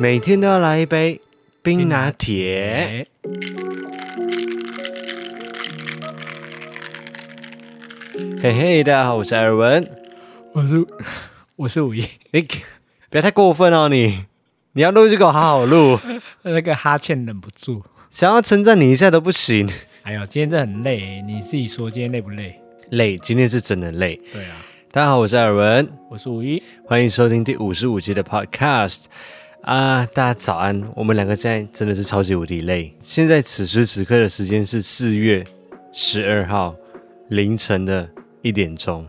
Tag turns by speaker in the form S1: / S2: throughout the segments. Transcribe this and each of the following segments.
S1: 每天都要来一杯冰拿铁。
S2: 哎，
S1: 嘿嘿，大家好，我是艾尔文。
S2: 我是 我是五一，
S1: 你不要太过分哦，你你要录就给我好好录，
S2: 那个哈欠忍不住。
S1: 想要称赞你一下都不行。
S2: 哎呦，今天真的很累，你自己说今天累不累？
S1: 累，今天是真的累。
S2: 对啊，
S1: 大家好，我是艾尔文，
S2: 我是五一，
S1: 欢迎收听第五十五集的 Podcast。啊，大家早安！我们两个现在真的是超级无敌累。现在此时此刻的时间是四月十二号凌晨的一点钟。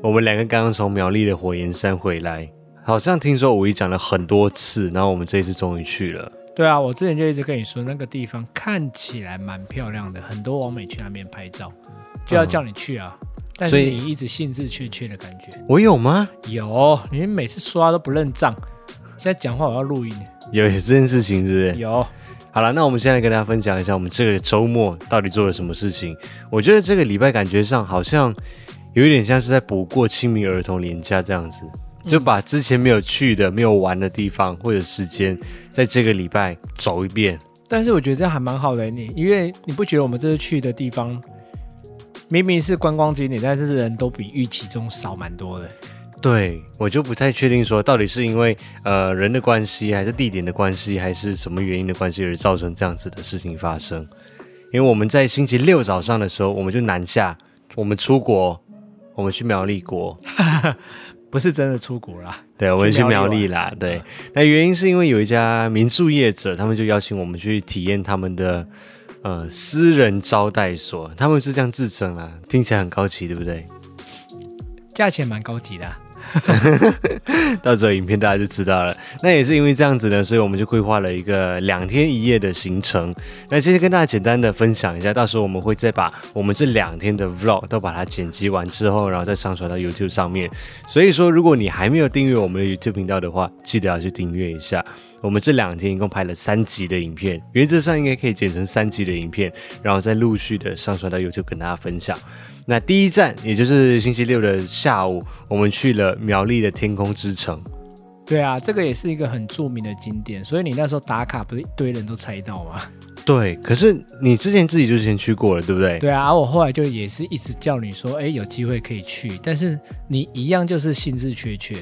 S1: 我们两个刚刚从苗栗的火焰山回来，好像听说五一讲了很多次，然后我们这一次终于去了。
S2: 对啊，我之前就一直跟你说，那个地方看起来蛮漂亮的，很多网美去那边拍照，就要叫你去啊。但
S1: 所
S2: 是
S1: 以
S2: 你一直兴致缺缺的感觉，
S1: 我有吗？
S2: 有，你每次刷都不认账。现在讲话我要录音，
S1: 有有这件事情是不是？
S2: 有，
S1: 好了，那我们现在跟大家分享一下我们这个周末到底做了什么事情。我觉得这个礼拜感觉上好像有一点像是在补过清明儿童年假这样子，就把之前没有去的、没有玩的地方或者时间，在这个礼拜走一遍。
S2: 但是我觉得这样还蛮好的，欸你因为你不觉得我们这次去的地方明明是观光景点，但是人都比预期中少蛮多的。
S1: 对我就不太确定说到底是因为呃人的关系，还是地点的关系，还是什么原因的关系而造成这样子的事情发生。因为我们在星期六早上的时候，我们就南下，我们出国，我们去苗栗国。
S2: 不是真的出国啦，
S1: 对，我们
S2: 去
S1: 去
S2: 苗
S1: 苗
S2: 栗嗯
S1: 栗啦。对，那原因是因为有一家民宿业者，他们就邀请我们去体验他们的呃私人招待所，他们是这样自称啦，听起来很高级，对不对？
S2: 价钱蛮高级的啊、
S1: 到时候影片大家就知道了。那也是因为这样子呢，所以我们就规划了一个两天一夜的行程。那今天跟大家简单的分享一下，到时候我们会再把我们这两天的 vlog 都把它剪辑完之后，然后再上传到 YouTube 上面。所以说，如果你还没有订阅我们的 YouTube 频道的话，记得要去订阅一下。我们这两天一共拍了三集的影片，原则上应该可以剪成三集的影片，然后再陆续的上传到 YouTube 跟大家分享。那第一站，也就是星期六的下午，我们去了苗栗的天空之城。
S2: 对啊，这个也是一个很著名的景点，所以你那时候打卡不是一堆人都猜到吗？
S1: 对，可是你之前自己就先去过了，对不对？
S2: 对啊，啊我后来就也是一直叫你说，哎，有机会可以去，但是你一样就是兴致缺缺。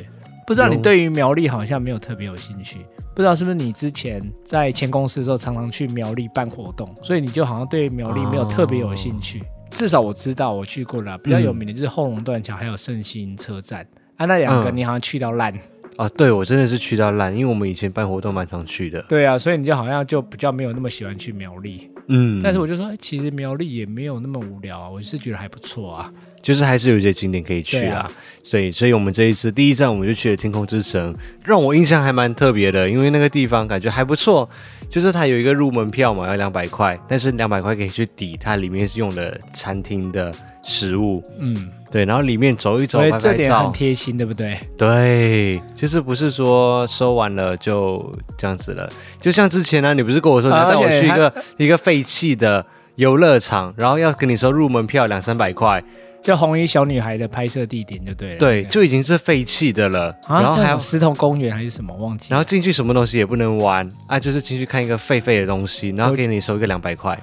S2: 不知道你
S1: 有
S2: 对于苗栗好像没有特别有兴趣，不知道是不是你之前在前公司的时候常常去苗栗办活动，所以你就好像对苗栗没有特别有
S1: 哦
S2: 兴趣。至少我知道我去过了啊，比较有
S1: 嗯
S2: 名的就是后龙断桥还有圣心车站、啊，那两个
S1: 嗯
S2: 你好像去到烂。
S1: 啊，对我真的是去到烂，因为我们以前办活动蛮常去的。
S2: 对啊，所以你就好像就比较没有那么喜欢去苗栗。
S1: 嗯，
S2: 但是我就说，哎其实苗栗也没有那么无聊啊，我是觉得还不错啊。
S1: 就是还是有一些景点可以去
S2: 对
S1: 啦。
S2: 啊
S1: 所以，所以我们这一次第一站我们就去了天空之城，让我印象还蛮特别的，因为那个地方感觉还不错。就是它有一个入门票嘛，要两百块，但是两百块可以去抵它里面是用了餐厅的食物，
S2: 嗯，
S1: 对，然后里面走一走，
S2: 所以
S1: 拍
S2: 这
S1: 拍
S2: 点很
S1: 照，
S2: 贴心，对不对？
S1: 对，就是不是说收完了就这样子了，就像之前呢、你不是跟我说你要
S2: 啊
S1: 带我
S2: 而且
S1: 去一
S2: 还
S1: 个 一个废弃的游乐场，然后要跟你说入门票两三百块，
S2: 就红衣小女孩的拍摄地点就对了。
S1: 对，就已经是废弃的了，
S2: 啊，
S1: 然后还
S2: 还
S1: 要
S2: 有石头公园还是什么忘记了。
S1: 然后进去什么东西也不能玩啊，就是进去看一个废废的东西，然后给你收一个两百块，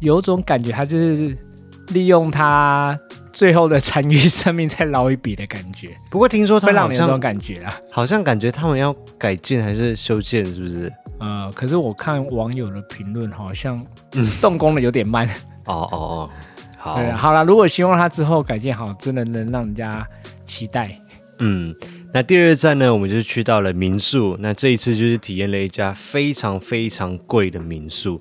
S2: 有种感觉，他就是利用他最后的残余生命再捞一笔的感觉，
S1: 不过听说他
S2: 会
S1: 们
S2: 让
S1: 好
S2: 你有这种
S1: 像
S2: 感觉啦。
S1: 好像感觉他们要改建还是修建，是不是？
S2: 呃，可是我看网友的评论，好像动工的有点慢。
S1: 哦哦哦，好
S2: 对，了，啊好了，如果希望他之后改建好，真的能让人家期待。
S1: 嗯，那第二站呢，我们就去到了民宿。那这一次就是体验了一家非常非常贵的民宿，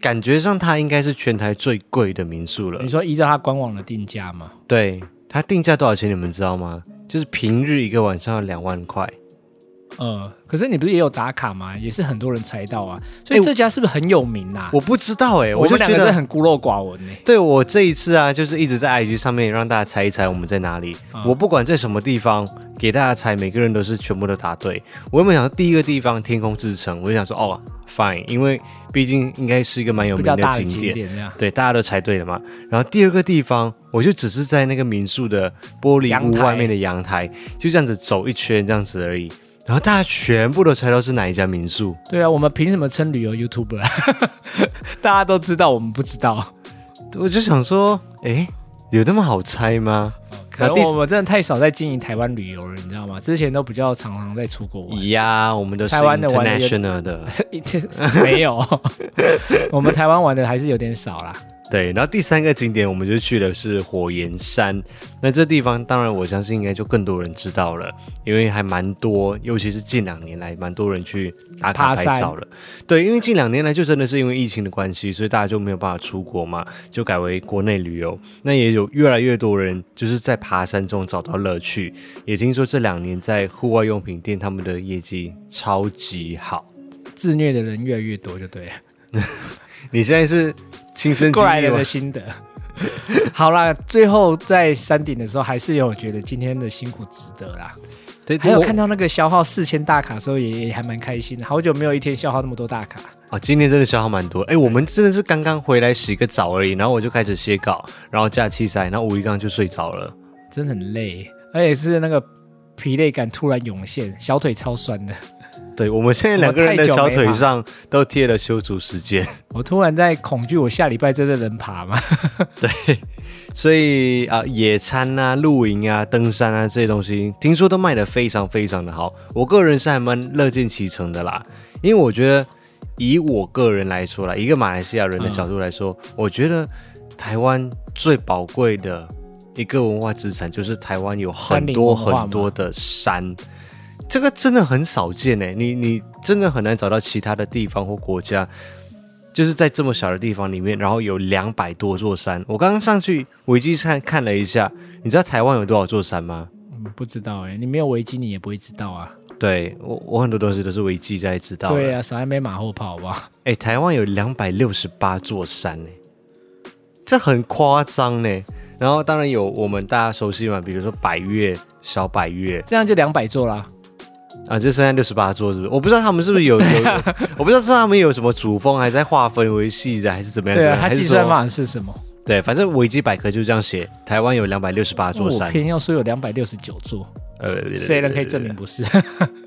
S1: 感觉上它应该是全台最贵的民宿了
S2: 你。说依照他官网的定价嘛？
S1: 对，它定价多少钱你们知道吗？就是平日一个晚上要两万块。
S2: 呃，可是你不是也有打卡吗？也是很多人猜到啊，所
S1: 哎
S2: 以
S1: 我
S2: 这家是不是很有名啊？
S1: 我不知道哎、
S2: 我
S1: 就
S2: 们两
S1: 觉
S2: 个真的
S1: 得。
S2: 很孤陋寡闻呢、
S1: 对我这一次啊，就是一直在 IG 上面让大家猜一猜我们在哪里。
S2: 啊
S1: 我不管在什么地方给大家猜，每个人都是全部都答对。我原本想说第一个地方天空之城，我就想说哦，fine，因为毕竟应该是一个蛮有
S2: 比
S1: 名
S2: 较大的
S1: 景
S2: 景
S1: 点。
S2: 点这样。
S1: 对，大家都猜对了嘛。然后第二个地方，我就只是在那个民宿的玻璃
S2: 阳
S1: 屋
S2: 台
S1: 外面的阳台，就这样子走一圈这样子而已。然后大家全部都猜到是哪一家民宿，
S2: 对啊，我们凭什么称旅游 YouTuber？大 家都知道，我们不知道。
S1: 我就想说，哎，有那么好猜吗？
S2: 可
S1: 那
S2: 能
S1: 第
S2: 我们真的太少在经营台湾旅游了，你知道吗？之前都比较常常在出国玩。
S1: 呀，我们都是
S2: 台湾的玩的
S1: international 的，
S2: 一天没有， 我们台湾玩的还是有点少啦。
S1: 对。然后第三个景点我们就去的是火焰山，那这地方当然我相信应该就更多人知道了，因为还蛮多，尤其是近两年来蛮多人去打卡
S2: 爬
S1: 拍
S2: 山
S1: 照了。对，因为近两年来就真的是因为疫情的关系，所以大家就没有办法出国嘛，就改为国内旅游。那也有越来越多人就是在爬山中找到乐趣，也听说这两年在户外用品店他们的业绩超级好。
S2: 自虐的人越来越多，就对了。
S1: 你现在是亲身
S2: 过
S1: 经
S2: 来
S1: 历
S2: 人
S1: 吗
S2: 的？心得。好啦，最后在山顶的时候，还是有觉得今天的辛苦值得啦。
S1: 对，
S2: 还有看
S1: 到
S2: 到那个消耗四千大卡的时候也，也还蛮开心的。好久没有一天消耗那么多大卡。
S1: 啊，今天真的消耗蛮多。哎，我们真的是刚刚回来洗个澡而已，然后我就开始写稿，然后架器材，然后吴一刚就睡着了。
S2: 真的很累，而且是那个疲累感突然涌现，小腿超酸的。
S1: 对，我们现在两个人的小腿上都贴了修足时间，
S2: 我突然在恐惧，我下礼拜真的能爬吗？
S1: 所以啊、野餐啊、露营啊、登山啊这些东西，听说都卖得非常非常的好。我个人是还蛮乐见其成的啦，因为我觉得以我个人来说啦，一个马来西亚人的角度来说，我觉得台湾最宝贵的一个文化资产就是台湾有很多
S2: 山林文化嘛
S1: 很多的山。这个真的很少见诶，你你真的很难找到其他的地方或国家，就是在这么小的地方里面，然后有两百多座山。我刚刚上去维基看看了一下，你知道台湾有多少座山吗？
S2: 嗯，不知道哎、你没有围巾，你也不会知道啊。
S1: 对我，我很多东西都是维基在知道的。
S2: 对啊，少一枚马后炮好不好？
S1: 哎，台湾有两百六十八座山呢，这很夸张呢。然后当然有我们大家熟悉嘛，比如说百越、小百越
S2: 这样就两百座啦。
S1: 啊，就剩下六十八座，是不是？我不知道他们是不 是有有，有
S2: 啊
S1: 我不知道是他们有什么主峰，还在划分为系的，还是怎么样？
S2: 对啊，
S1: 怎么
S2: 它
S1: 样还
S2: 计
S1: 是
S2: 算
S1: 说
S2: 法是什么？
S1: 对，反正维基百科就这样写，台湾有两百六十八座
S2: 哦我
S1: 山，
S2: 偏要说有两百六十九座，
S1: 呃，
S2: 谁能可以证明不是？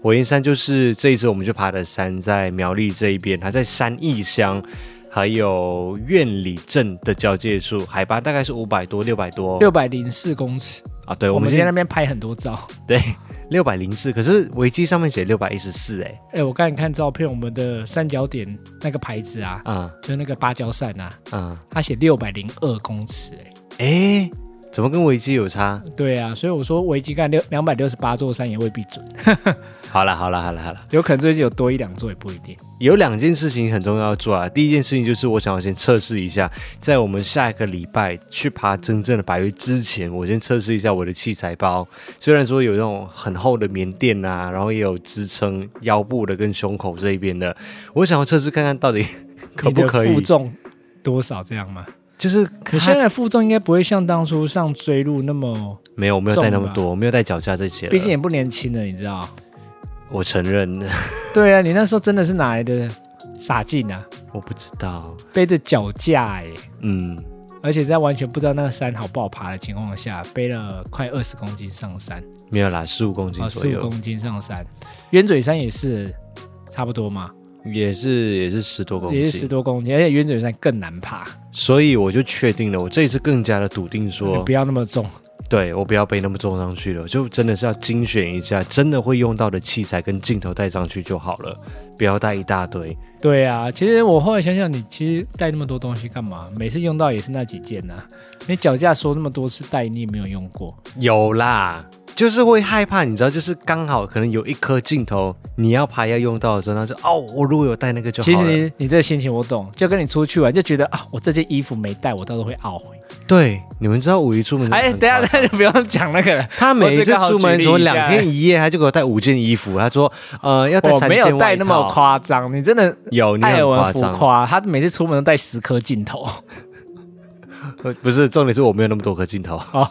S1: 火焰山就是这一次我们去爬的山，在苗栗这一边，它在山义乡还有苑里镇的交界处，海拔大概是五百多、六百多
S2: 六百零四公尺，
S1: 啊。对，我
S2: 哦我
S1: 们
S2: 们在
S1: 现
S2: 那
S1: 在
S2: 边拍很多照。
S1: 对 六百零四，可是维基上面写六百一十四，哎
S2: 哎、我刚才看照片，我们的三角点那个牌子啊，
S1: 啊
S2: 就是那个芭蕉扇啊，
S1: 啊
S2: 它写六百零二公尺、哎，
S1: 哎，怎么跟维基有差？
S2: 对啊，所以我说维基干六两百六十八座山也未必准，
S1: 好了好了好了好了，
S2: 有可能最近有多一两座也不一定。
S1: 有两件事情很重要要做啊。第一件事情就是我想要先测试一下，在我们下一个礼拜去爬真正的白月之前，我先测试一下我的器材包。虽然说有那种很厚的棉垫啊，然后也有支撑腰部的跟胸口这一边的，我想要测试看看到底 可不可
S2: 你的
S1: 以
S2: 负，重多少这样 吗？
S1: 就是
S2: 你
S1: 可
S2: 现在的负重应该不会像当初上追路那么，
S1: 没有我没有带那么
S2: 重吧
S1: 多，我没有带脚架这些了。
S2: 毕竟也不年轻了，你知道？
S1: 我承认，
S2: 对啊，你那时候真的是哪来的傻劲啊？
S1: 我不知道，
S2: 背着脚架哎、
S1: 嗯，
S2: 而且在完全不知道那个山好不好爬的情况下，背了快二十公斤上山，
S1: 没有啦，十五公斤
S2: 啊，
S1: 左
S2: 十五
S1: 右，
S2: 公斤上山，圆嘴山也是差不多嘛，
S1: 也是也是十多公斤，
S2: 也是十多公斤，而且圆嘴山更难爬，
S1: 所以我就确定了，我这一次更加的笃定
S2: 你
S1: 说
S2: 不，要那么重。
S1: 对我不要背那么重上去了，就真的是要精选一下真的会用到的器材跟镜头带上去就好了，不要带一大堆。
S2: 对啊，其实我后来想想，你其实带那么多东西干嘛？每次用到也是那几件呐、你脚架说那么多次带，你也没有用过。
S1: 有啦，就是会害怕，你知道，就是刚好可能有一颗镜头你要拍要用到的时候，那就哦，我如果有带那个就好
S2: 其
S1: 了。
S2: 实你你这个心情我懂，就跟你出去玩就觉得啊，我这件衣服没带，我到时候会懊悔。
S1: 对，你们知道五一出门，
S2: 哎，等一下，那就不用讲那个了。
S1: 他每一次出门怎么
S2: 我这个好举例一下
S1: 两天一夜，他就给我带五件衣服，他说呃要带
S2: 我
S1: 三
S2: 没
S1: 件外套。
S2: 有带那么夸张，你真的
S1: 有，你
S2: 艾
S1: 很
S2: 尔
S1: 夸
S2: 文浮
S1: 张。
S2: 夸，他每次出门都带十颗镜头。
S1: 呃不是，重点是我没有那么多颗镜头。
S2: 哦，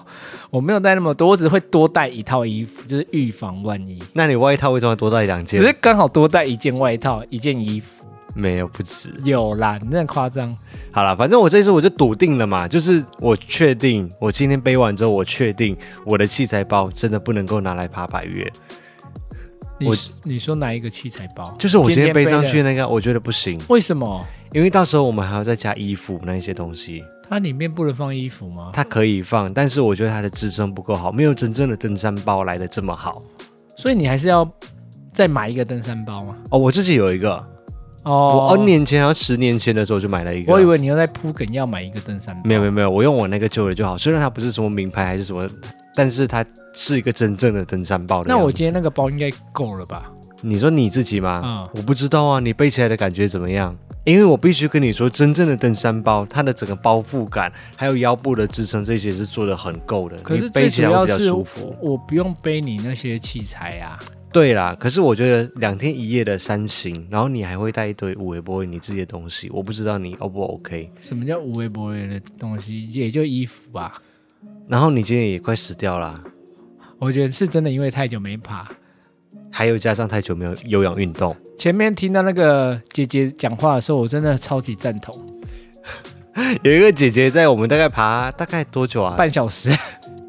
S2: 我没有带那么多，我只会多带一套衣服，就是预防万一。
S1: 那你外套为什么要多带两
S2: 只
S1: 件？
S2: 是刚好多带一件外套，一件衣服。
S1: 没有不止。
S2: 有啦，你真的夸张。
S1: 好了，反正我这次我就笃定了嘛，就是我确定，我今天背完之后，我确定我的器材包真的不能够拿来爬百越。
S2: 你
S1: 我
S2: 你说哪一个器材包？
S1: 就是我今天背
S2: 的
S1: 上去，那个，我觉得不行，
S2: 为什么？
S1: 因为到时候我们还要再加衣服那一些东西，
S2: 它里面不能放衣服吗？
S1: 它可以放，但是我觉得它的支撑不够好，没有真正的登山包来的这么好。
S2: 所以你还是要再买一个登山包吗？
S1: 哦，我自己有一个，
S2: 哦，
S1: 我 N 年前还是十年前的时候就买了一个。
S2: 我以为你又在铺梗要买一个登山包，
S1: 没有没有没有，我用我那个旧的就好，虽然它不是什么名牌还是什么，但是它是一个真正的登山包的样
S2: 那
S1: 子。
S2: 我今天那个包应该够了吧？
S1: 你说你自己吗？
S2: 啊、
S1: 我不知道啊，你背起来的感觉怎么样？因为我必须跟你说，真正的登山包，它的整个包覆感，还有腰部的支撑，这些是做的很够的，
S2: 可是
S1: 你背
S2: 最
S1: 起
S2: 主
S1: 来会
S2: 要
S1: 比较
S2: 是
S1: 舒
S2: 我
S1: 服。
S2: 我不用背你那些器材啊。
S1: 对啦，可是我觉得两天一夜的山行，然后你还会带一堆五维波你自己的东西，我不知道你 O 不 OK。
S2: 什么叫无微不微的东西？也就衣服吧。
S1: 然后你今天也快死掉啦，
S2: 我觉得是真的，因为太久没爬。
S1: 还有加上太久没有有氧运动，
S2: 前面听到那个姐姐讲话的时候，我真的超级赞同。
S1: 有一个姐姐在我们大概爬大概多久啊？
S2: 半小时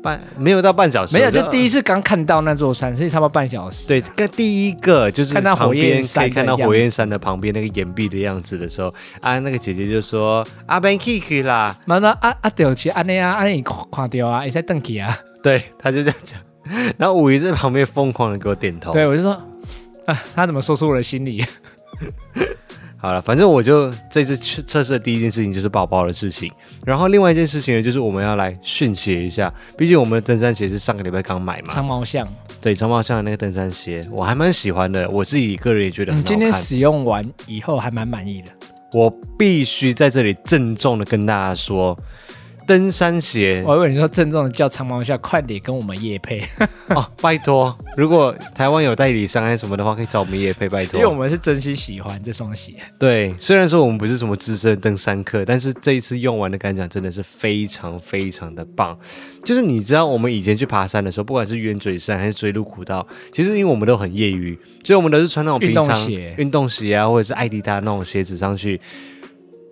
S1: 半没有到半小时，
S2: 没有，
S1: 我
S2: 就第
S1: 一
S2: 一次刚看到那座山，所以差不多半小时。
S1: 对，跟第一个就是
S2: 看到
S1: 旁
S2: 火焰
S1: 边
S2: 山
S1: 可以
S2: 的
S1: 看到
S2: 样
S1: 火焰山的旁边那个岩壁的样子的时候，啊，那个姐姐就说阿 Ben Kiki 啦，
S2: 妈那啊啊，对起，安尼啊，安尼垮掉啊，也在瞪起啊。
S1: 对，她就这样讲。 然后五一在旁边疯狂的给我点头。
S2: 对，我就说啊，他怎么说出我的心里？
S1: 好了，反正我就这次测测试的第一件事情就是宝宝的事情，然后另外一件事情呢，就是我们要来训鞋一下，毕竟我们的登山鞋是上个礼拜刚买嘛，
S2: 长毛象，
S1: 对，长毛象的那个登山鞋，我还蛮喜欢的，我自己个人也觉得很
S2: 嗯，
S1: 好看。
S2: 今天使用完以后还蛮满意的。
S1: 我必须在这里郑重的跟大家说，登山鞋
S2: 我以为你说郑重的叫长毛象，快点跟我们夜配，
S1: 哦，拜托，如果台湾有代理商还是什么的话，可以找我们叶配，拜
S2: 因为我
S1: 托。
S2: 们是真心喜欢这双鞋。
S1: 对，虽然说我们不是什么资深的登山客，但是这一次用完的感想真的是非常非常的棒。就是你知道，我们以前去爬山的时候，不管是鸢嘴山还是追鹿古道，其实因为我们都很业余，所以我们都是穿那种平常
S2: 运动鞋
S1: 运动鞋啊，或者是艾迪达那种鞋子上去。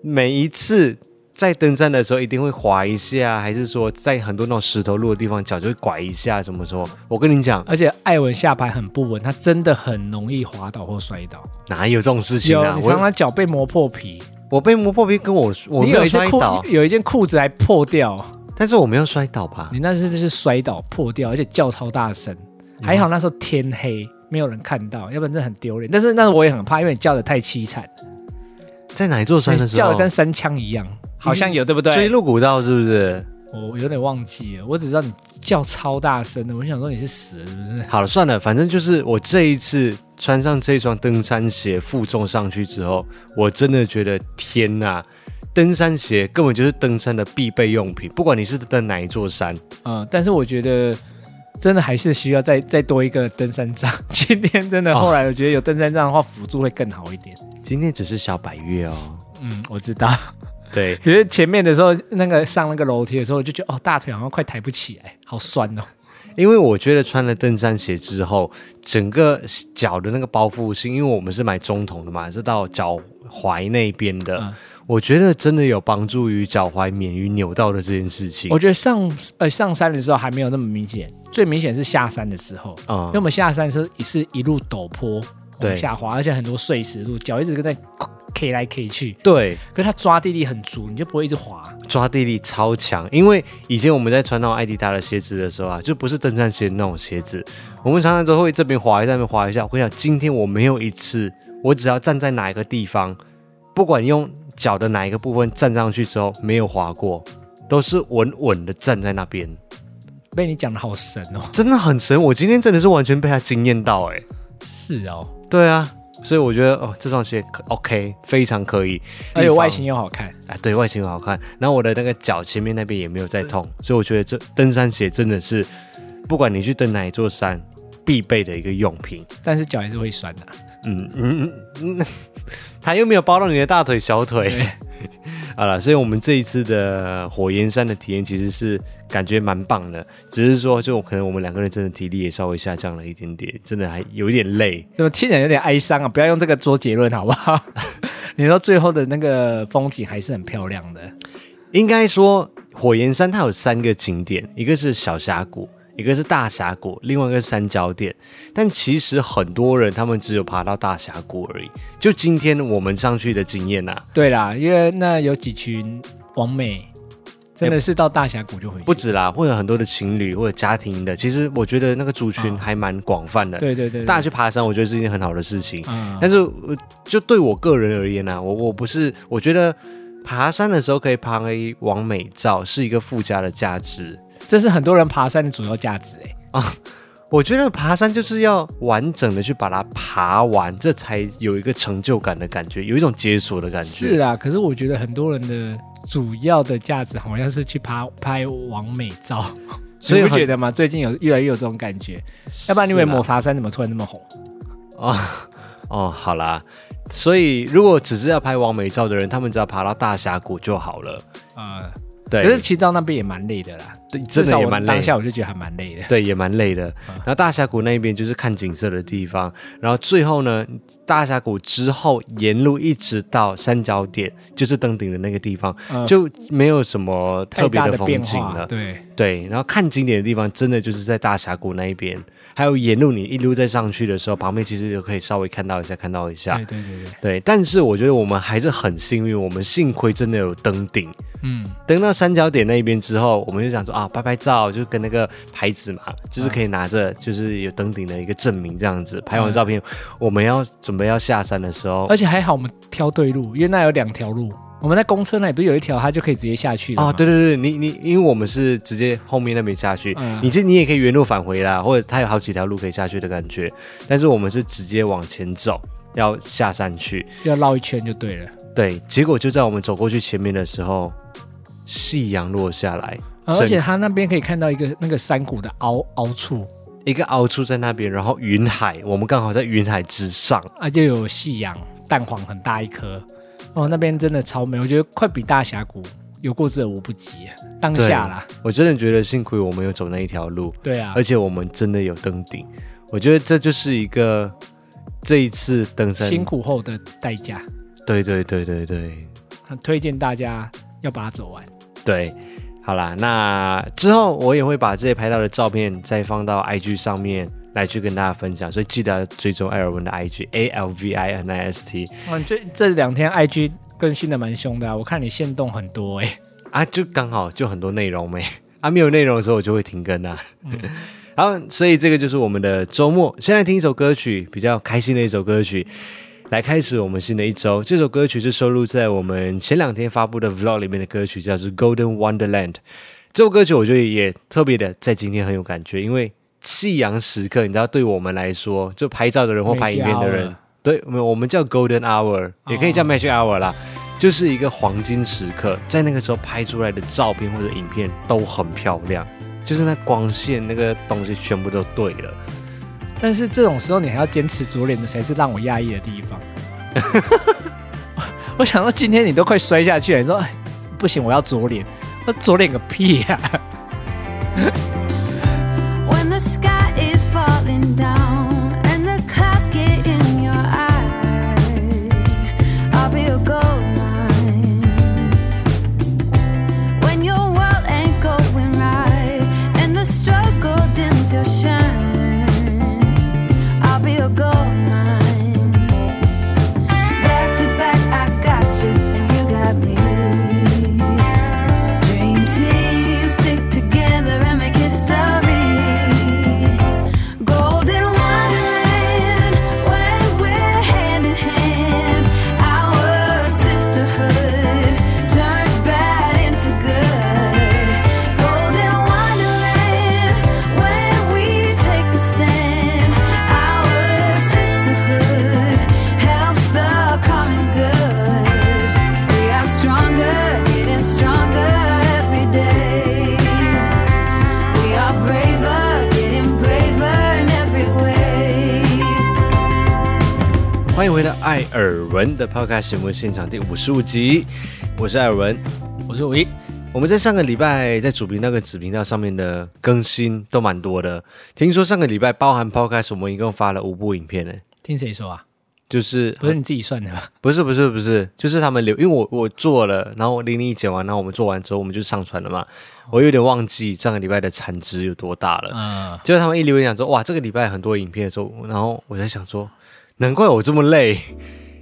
S1: 每一次在登山的时候，一定会滑一下，还是说在很多那种石头路的地方，脚就会拐一下，什么什么。我跟你讲，
S2: 而且艾文下盘很不稳，他真的很容易滑倒或摔倒。
S1: 哪有这种事情
S2: 有，
S1: 啊？
S2: 你常
S1: 我
S2: 常脚被磨破皮，
S1: 我被磨破皮跟我我
S2: 你
S1: 没
S2: 有
S1: 有
S2: 一件
S1: 摔
S2: 裤
S1: 倒，
S2: 有一件裤子还破掉，
S1: 但是我没有摔倒吧？
S2: 你那次就是摔倒破掉，而且叫超大声，
S1: 嗯
S2: 还好那时候天黑。没有人看到，要不然真的很丢脸。但是，但是我也很怕，因为你叫的太凄惨，
S1: 在哪一座山的时
S2: 叫
S1: 候嗯
S2: 的？跟三枪一样，好像有、对不
S1: 追
S2: 对？
S1: 鹿古道是不是？
S2: 我我有点忘记了，我只知道你叫超大声的，我想说你是死了是不是？
S1: 好了，算了，反正就是我这一次穿上这双登山鞋，负重上去之后，我真的觉得天呐！登山鞋根本就是登山的必备用品，不管你是登哪一座山，
S2: 嗯，但是我觉得真的还是需要再再多一个登山杖。今天真的
S1: 哦
S2: 后来我觉得有登山杖的话，辅助会更好一点。
S1: 今天只是小百月哦。
S2: 嗯，我知道。
S1: 对，
S2: 可是前面的时候，那个上那个楼梯的时候，我就觉得哦，大腿好像快抬不起来，好酸哦。
S1: 因为我觉得穿了登山鞋之后，整个脚的那个包覆性，因为我们是买中筒的嘛，是到脚踝那边的，
S2: 嗯
S1: 我觉得真的有帮助于脚踝免于扭到的这件事情
S2: 我。觉得上呃上山的时候还没有那么明显，最明显是下山的时候，
S1: 嗯
S2: 因为我们下山是是一路陡坡
S1: 对
S2: 往下滑，而且很多碎石路，脚一直跟在 K 来 K 去。
S1: 对，
S2: 可是它抓地力很足，你就不会一直滑。
S1: 抓地力超强。因为以前我们在穿那种艾迪达的鞋子的时候啊，就不是登山鞋那种鞋子，我们常常都会这边滑一下，那边滑一下。我跟你讲，今天我没有一次，我只要站在哪一个地方，不管用脚的哪一个部分站上去之后，没有滑过，都是稳稳的站在那边，
S2: 被你讲的好神哦。
S1: 真的很神。我今天真的是完全被他惊艳到、欸，
S2: 是哦，
S1: 对啊。所以我觉得哦，这双鞋可 OK，非常可以，
S2: 而且
S1: 地方
S2: 外形又好看。
S1: 啊，对外形很好看。然后我的那个脚前面那边也没有在痛，所以我觉得这登山鞋真的是，不管你去登哪一座山，必备的一个用品。
S2: 但是脚还是会酸的、
S1: 嗯嗯嗯 嗯，它又没有包到你的大腿、小腿。 好了，所以我们这一次的火焰山的体验其实是感觉蛮棒的，只是说就可能我们两个人真的体力也稍微下降了一点点，真的还有一点累。
S2: 怎么听起来有点哀伤啊？不要用这个做结论好不 好？你说最后的那个风景还是很漂亮的，
S1: 应该说，火焰山它有三个景点，一个是小峡谷，一个是大峡谷，另外一个是三角点。但其实很多人他们只有爬到大峡谷而已。就今天我们上去的经验呐、啊，
S2: 对啦，因为那有几群王美，真的是到大峡谷就回去。
S1: 不止啦，或者很多的情侣或者家庭的，其实我觉得那个族群还蛮广泛的。
S2: 对对对，
S1: 大家
S2: 家
S1: 去爬山，我觉得是一件很好的事情。
S2: 嗯，
S1: 但是呃就对我个人而言呢、啊，我我不是，我觉得爬山的时候可以拍完美照是一个附加的价值。
S2: 这是很多人爬山的主要价值哎、
S1: 我觉得爬山就是要完整的去把它爬完，这才有一个成就感的感觉，有一种解锁的感觉。
S2: 是啊，可是我觉得很多人的主要的价值好像是去拍拍完美照，
S1: 所以
S2: 你不
S1: 很
S2: 觉得吗？最近有越来越有这种感觉，要不然你以为
S1: 是啦啊
S2: 抹茶山怎么突然那么红？
S1: 哦 哦，好啦。所以如果只是要拍完美照的人，他们只要爬到大峡谷就好了。
S2: 呃，可是
S1: 对，
S2: 其实到那边也蛮累的啦，
S1: 对真的
S2: 至少
S1: 也
S2: 我
S1: 蛮累
S2: 当。下我就嗯觉得还蛮累的。
S1: 对，也蛮累的。然后大峡谷那边就是看景色的地方，然后最后呢，大峡谷之后沿路一直到山脚点，就是登顶的那个地方，
S2: 呃
S1: 就没有什么特
S2: 太
S1: 别
S2: 大的
S1: 风
S2: 变
S1: 景啊
S2: 化，
S1: 了。
S2: 对，
S1: 对，然后看景点的地方真的就是在大峡谷那一边，还有沿路你一路在上去的时候，旁边其实就可以稍微看到一下，看到一下
S2: 对。对对对，
S1: 对，但是我觉得我们还是很幸运，我们幸亏真的有登顶。
S2: 嗯，
S1: 登到三角点那边之后，我们就想说啊，拍拍照，就跟那个牌子嘛，就是可以拿着，就是有登顶的一个证明这样子。拍完照片，我们要准备要下山的时候，
S2: 而且还好我们挑对路，因为那有两条路，我们在公车那里不是有一条，它就可以直接下去了
S1: 哦，
S2: 吗，
S1: 对对对，你你因为我们是直接后面那边下去，
S2: 嗯
S1: 你这你也可以原路返回啦，或者它有好几条路可以下去的感觉，但是我们是直接往前走，要下山去。
S2: 要绕一圈就对了。
S1: 对，结果就在我们走过去前面的时候，夕阳落下来，
S2: 啊
S1: 整
S2: 而且它那边可以看到一个那个山谷的凹凹处
S1: 一个凹处在那边，然后云海，我们刚好在云海之上。
S2: 啊，又有夕阳，蛋黄很大一颗，哦，那边真的超美，我觉得快比大峡谷有过之而无不及。当下啦，
S1: 我真的觉得幸亏我们有走那一条路，
S2: 对啊
S1: 而，且我们真的有登顶，我觉得这就是一个这一次登山，
S2: 辛苦后的代价，
S1: 对对对对对
S2: 很推荐大家要把它走完。
S1: 对，好啦，那之后我也会把这些拍到的照片再放到 IG 上面来去跟大家分享，所以记得要追踪艾尔文的 IG A L V I N I S T
S2: 哦，你这这两天 IG 更新的蛮凶的、啊，我看你限动很多哎、
S1: 啊，就刚好就很多内容没 啊，没有内容的时候我就会停更啊。 好，所以这个就是我们的周末。现在听一首歌曲，比较开心的一首歌曲，来开始我们新的一周。这首歌曲是收录在我们前两天发布的 Vlog 里面的歌曲，叫做《Golden Wonderland》。这首歌曲我觉得也特别的，在今天很有感觉，因为夕阳时刻，你知道，对我们来说，就拍照的人或拍影片的
S2: 每
S1: 人
S2: 家，
S1: 对，我们我们叫 Golden Hour，也可以叫
S2: 哦
S1: Magic Hour 啦。就是一个黄金时刻，在那个时候拍出来的照片或者影片都很漂亮，就是那光线那个东西全部都对了。
S2: 但是这种时候你还要坚持左脸的，才是让我讶异的地方。 我想到今天你都快摔下去了，你说哎不行，我要左脸，那左脸个屁啊呀、
S3: When the sky is falling down and the clouds get in your eye, I'll be a gold mine. When your world ain't going right and the struggle dims your shine, I'll be a gold mine. Back to back, I got you and you got me. Dream team, stick together and make history. Golden Wonderland, when we're hand in hand, our sisterhood turns bad into good. Golden Wonderland, when we take the stand, our sisterhood helps the common good. We are stronger, getting stronger every day. We are braver, getting braver in every way.
S1: 欢迎回到艾尔文的 Podcast 新闻现场第五十五集，我是艾尔文。
S2: 我说喂，
S1: 我们在上个礼拜在主频道跟子频道上面的更新都蛮多的，听说上个礼拜包含 Podcast 我们一共发了五部影片呢，
S2: 听谁说啊？
S1: 就是
S2: 不是你自己算的吧？
S1: 不是不是不是，就是他们留，因为我我做了，然后我零零一剪完，然后我们做完之后，我们就上传了嘛。我有点忘记上个礼拜的产值有多大了。
S2: 嗯，
S1: 结果他们一留言讲说，哇，这个礼拜很多影片的时候，然后我在想说，难怪我这么累，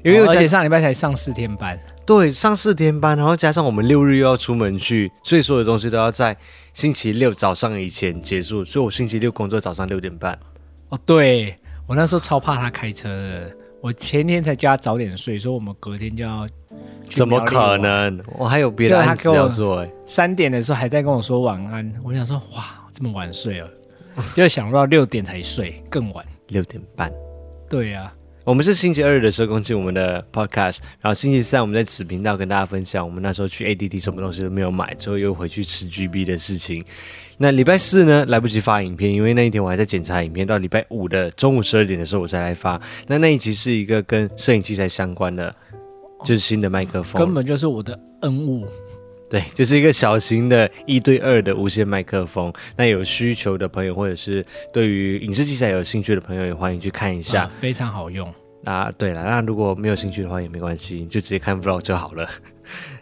S1: 因为
S2: 哦
S1: 我
S2: 而
S1: 讲
S2: 且上礼拜才上四天班，
S1: 对，上四天班，然后加上我们六日又要出门去，所以所有东西都要在星期六早上以前结束。所以我星期六工作早上六点半。
S2: 哦，对我那时候超怕他开车的，我前天才叫他早点睡，说我们隔天就要去
S1: 怎么
S2: 苗栗
S1: 可
S2: 玩？
S1: 能？我还有别的
S2: 就他
S1: 案子
S2: 给我
S1: 要做哎、
S2: 三点的时候还在跟我说晚安，我想说哇这么晚睡了，就想不到六点才睡，更晚。
S1: 六点半。
S2: 对啊呀、
S1: 我们是星期二的时候更新我们的 podcast，然后星期三我们在此频道跟大家分享我们那时候去 ADT 什么东西都没有买，之后又回去吃 GB 的事情。那礼拜四呢，来不及发影片，因为那一天我还在检查影片，到礼拜五的中午十二点的时候我才来发。那那一集是一个跟摄影器材相关的，就是新的麦克风，
S2: 根本就是我的恩物。
S1: 对，就是一个小型的一对二的无线麦克风。那有需求的朋友，或者是对于影视器材有兴趣的朋友，也欢迎去看一下
S2: 啊。非常好用。
S1: 啊，对了，那如果没有兴趣的话也没关系，你就直接看 vlog 就好了。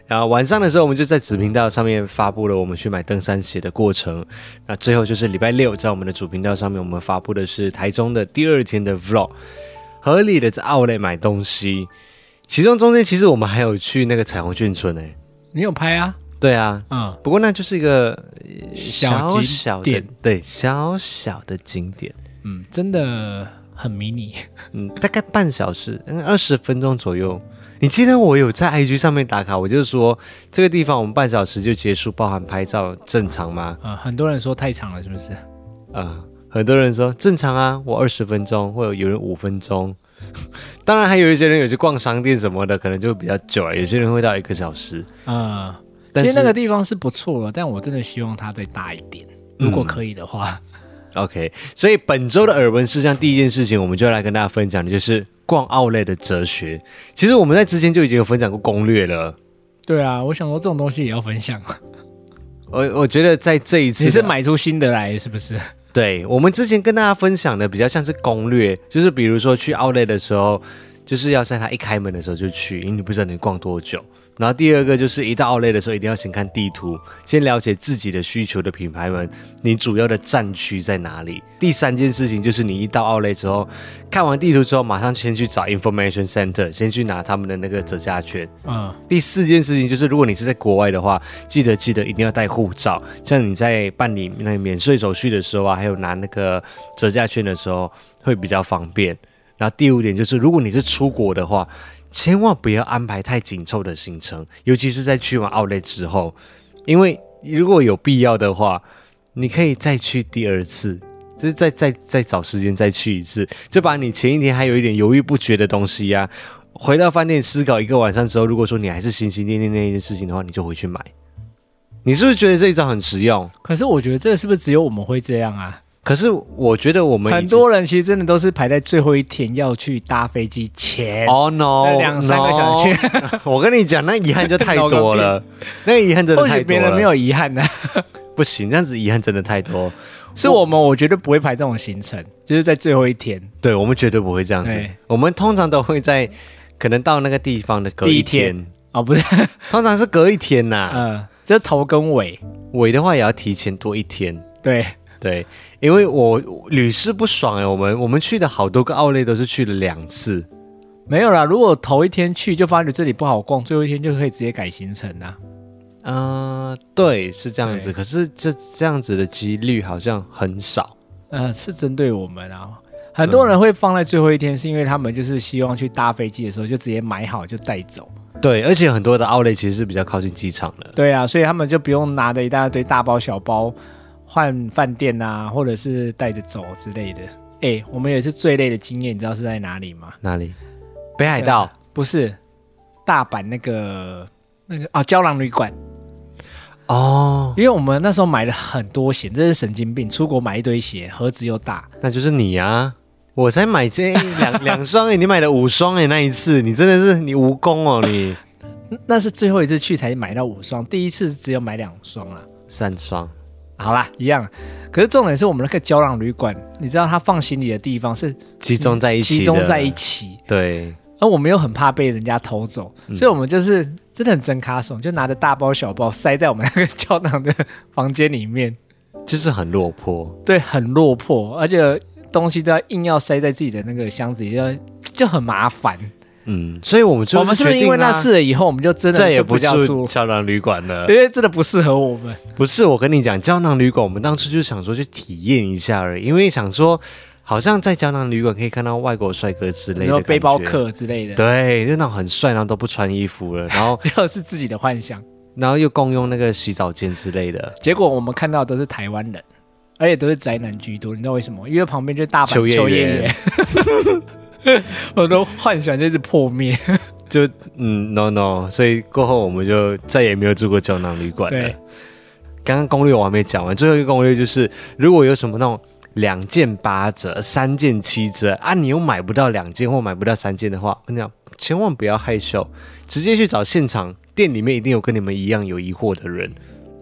S1: 然后晚上的时候，我们就在子频道上面发布了我们去买登山鞋的过程。那最后就是礼拜六，在我们的主频道上面，我们发布的是台中的第二天的 vlog，合理的在 Outlet 买东西。其中中间其实我们还有去那个彩虹眷村诶、欸
S2: 你有拍啊？
S1: 对啊，
S2: 嗯，
S1: 不过那就是一个呃
S2: 小
S1: 小
S2: 景
S1: 小的
S2: 点
S1: 对小小的景点，
S2: 嗯，真的很迷你。
S1: 嗯，大概半小时，嗯，二十分钟左右。你记得我有在 IG 上面打卡，我就说这个地方我们半小时就结束，包含拍照正常吗？
S2: 呃，很多人说太长了，是不是？
S1: 呃，很多人说正常啊，我二十分钟，或者有人五分钟。 当然还有一些人有去逛商店什么的，可能就比较久了，有些人会到一个小时。
S2: 呃，
S1: 但
S2: 其
S1: 是
S2: 实那个地方是不错了，但我真的希望它再大一点，如果可以的话。
S1: OK，所以本周的耳闻事项第一件事情，我们就要来跟大家分享的就是逛奥莱的哲学。其实我们在之前就已经有分享过攻略了，
S2: 对啊，我想说这种东西也要分享。
S1: 我我觉得在这一次
S2: 你是
S1: 的
S2: 买出新的来是不是？
S1: 对我们之前跟大家分享的比较像是攻略，就是比如说去奥莱的时候，就是要在它一开门的时候就去，因为你不知道你逛多久。然后第二个就是一到奥莱的时候，一定要先看地图，先了解自己的需求的品牌们，你主要的战区在哪里。第三件事情就是你一到奥莱之后，看完地图之后，马上先去找 information center，先去拿他们的那个折价券。
S2: 嗯，
S1: 第四件事情就是，如果你是在国外的话，记得记得一定要带护照。像你在办理那个免税手续的时候啊，还有拿那个折价券的时候，会比较方便。然后第五点就是，如果你是出国的话，千万不要安排太紧凑的行程，尤其是在去完奥莱之后，因为如果有必要的话，你可以再去第二次。就是再再再找时间再去一次，就把你前一天还有一点犹豫不决的东西呀、回到饭店思考一个晚上之后，如果说你还是心心念念那一件事情的话，你就回去买。你是不是觉得这一招很实用？
S2: 可是我觉得这是不是只有我们会这样啊？
S1: 可是我觉得我们已
S2: 很
S1: 经
S2: 多人其实真的都是排在最后一天要去搭飞机前。
S1: 哦 no，
S2: 那两三个小时
S1: no 我跟你讲，那遗憾就太多 了，那个遗憾真的
S2: 或
S1: 太
S2: 许
S1: 多
S2: 别人
S1: 了。
S2: 没有遗憾呢、
S1: 不行，这样子遗憾真的太多。
S2: 是我们，我绝对不会排这种行程，就是在最后一天。
S1: 对我们绝对不会这样子
S2: 对，
S1: 我们通常都会在可能到那个地方的隔
S2: 第
S1: 一
S2: 一天哦，不是，
S1: 通常是隔一天呐、
S2: 呃，就是头跟尾，
S1: 尾的话也要提前多一天。
S2: 对，
S1: 对，因为我屡试不爽哎、我们我们去的好多个奥莱都是去了两次，
S2: 没有啦。如果头一天去就发觉这里不好逛，最后一天就可以直接改行程啊啦。
S1: 嗯、对，是这样子。
S2: 啊对
S1: 可是这这样子的几率好像很少，
S2: 呃，是针对我们啊。很多人会放在最后一天，是因为他们就是希望去搭飞机的时候就直接买好就带走。
S1: 对，而且很多的奥莱其实是比较靠近机场的，
S2: 对啊，所以他们就不用拿着一大堆大包小包换饭店啊，或者是带着走之类的。哎，我们有一次最累的经验，你知道是在哪里吗？
S1: 哪里？北海道
S2: 不是大阪那个那个啊，胶囊旅馆。
S1: 哦，
S2: 因为我们那时候买了很多鞋，这是神经病，出国买一堆鞋，盒子又大。
S1: 那就是你啊！我才买这两两双哎、你买了五双哎、那一次你真的是你无功哦， 你
S2: 那是最后一次去才买到五双，第一次只有买两双啦。
S1: 三双，
S2: 好啦，一样。可是重点是我们那个胶囊旅馆，你知道它放行李的地方是
S1: 集中在一起，
S2: 集中在一，起，
S1: 对，
S2: 而我们又很怕被人家偷走，
S1: 嗯
S2: 所以我们就是真的很真卡手，就拿着大包小包塞在我们那个胶囊的房间里面，
S1: 就是很落魄。
S2: 对，很落魄，而且东西都要硬要塞在自己的那个箱子里，就就很麻烦。
S1: 嗯，所以我们就
S2: 我们是不是
S1: 决定啊
S2: 因为那
S1: 啦
S2: 次了以后，我们就真的
S1: 再也
S2: 就
S1: 不
S2: 叫
S1: 住
S2: 住，
S1: 胶囊旅馆了
S2: 因？为真的不适合我们。
S1: 不是，我跟你讲，胶囊旅馆我们当初就想说去体验一下而已，因为想说好像在胶囊旅馆可以看到外国帅哥之类
S2: 然
S1: 的
S2: 后背包
S1: 感觉。
S2: 客之类的，
S1: 对，就那种很帅，然后都不穿衣服了，然后
S2: 又是自己的幻想。
S1: 然后又共用那个洗澡间之类的，
S2: 结果我们看到都是台湾人，而且都是宅男居多。你知道为什么？因为旁边就是大阪
S1: 秋叶
S2: 秋叶
S1: 原
S2: 原， 我的幻想就是破灭。
S1: 就嗯 no no，所以过后我们就再也没有住过胶囊旅馆了
S2: 对。
S1: 刚刚攻略我还没讲完，最后一个攻略就是，如果有什么那种两件八折、三件七折啊，你又买不到两件或买不到三件的话，我跟你讲，千万不要害羞，直接去找现场店里面一定有跟你们一样有疑惑的人，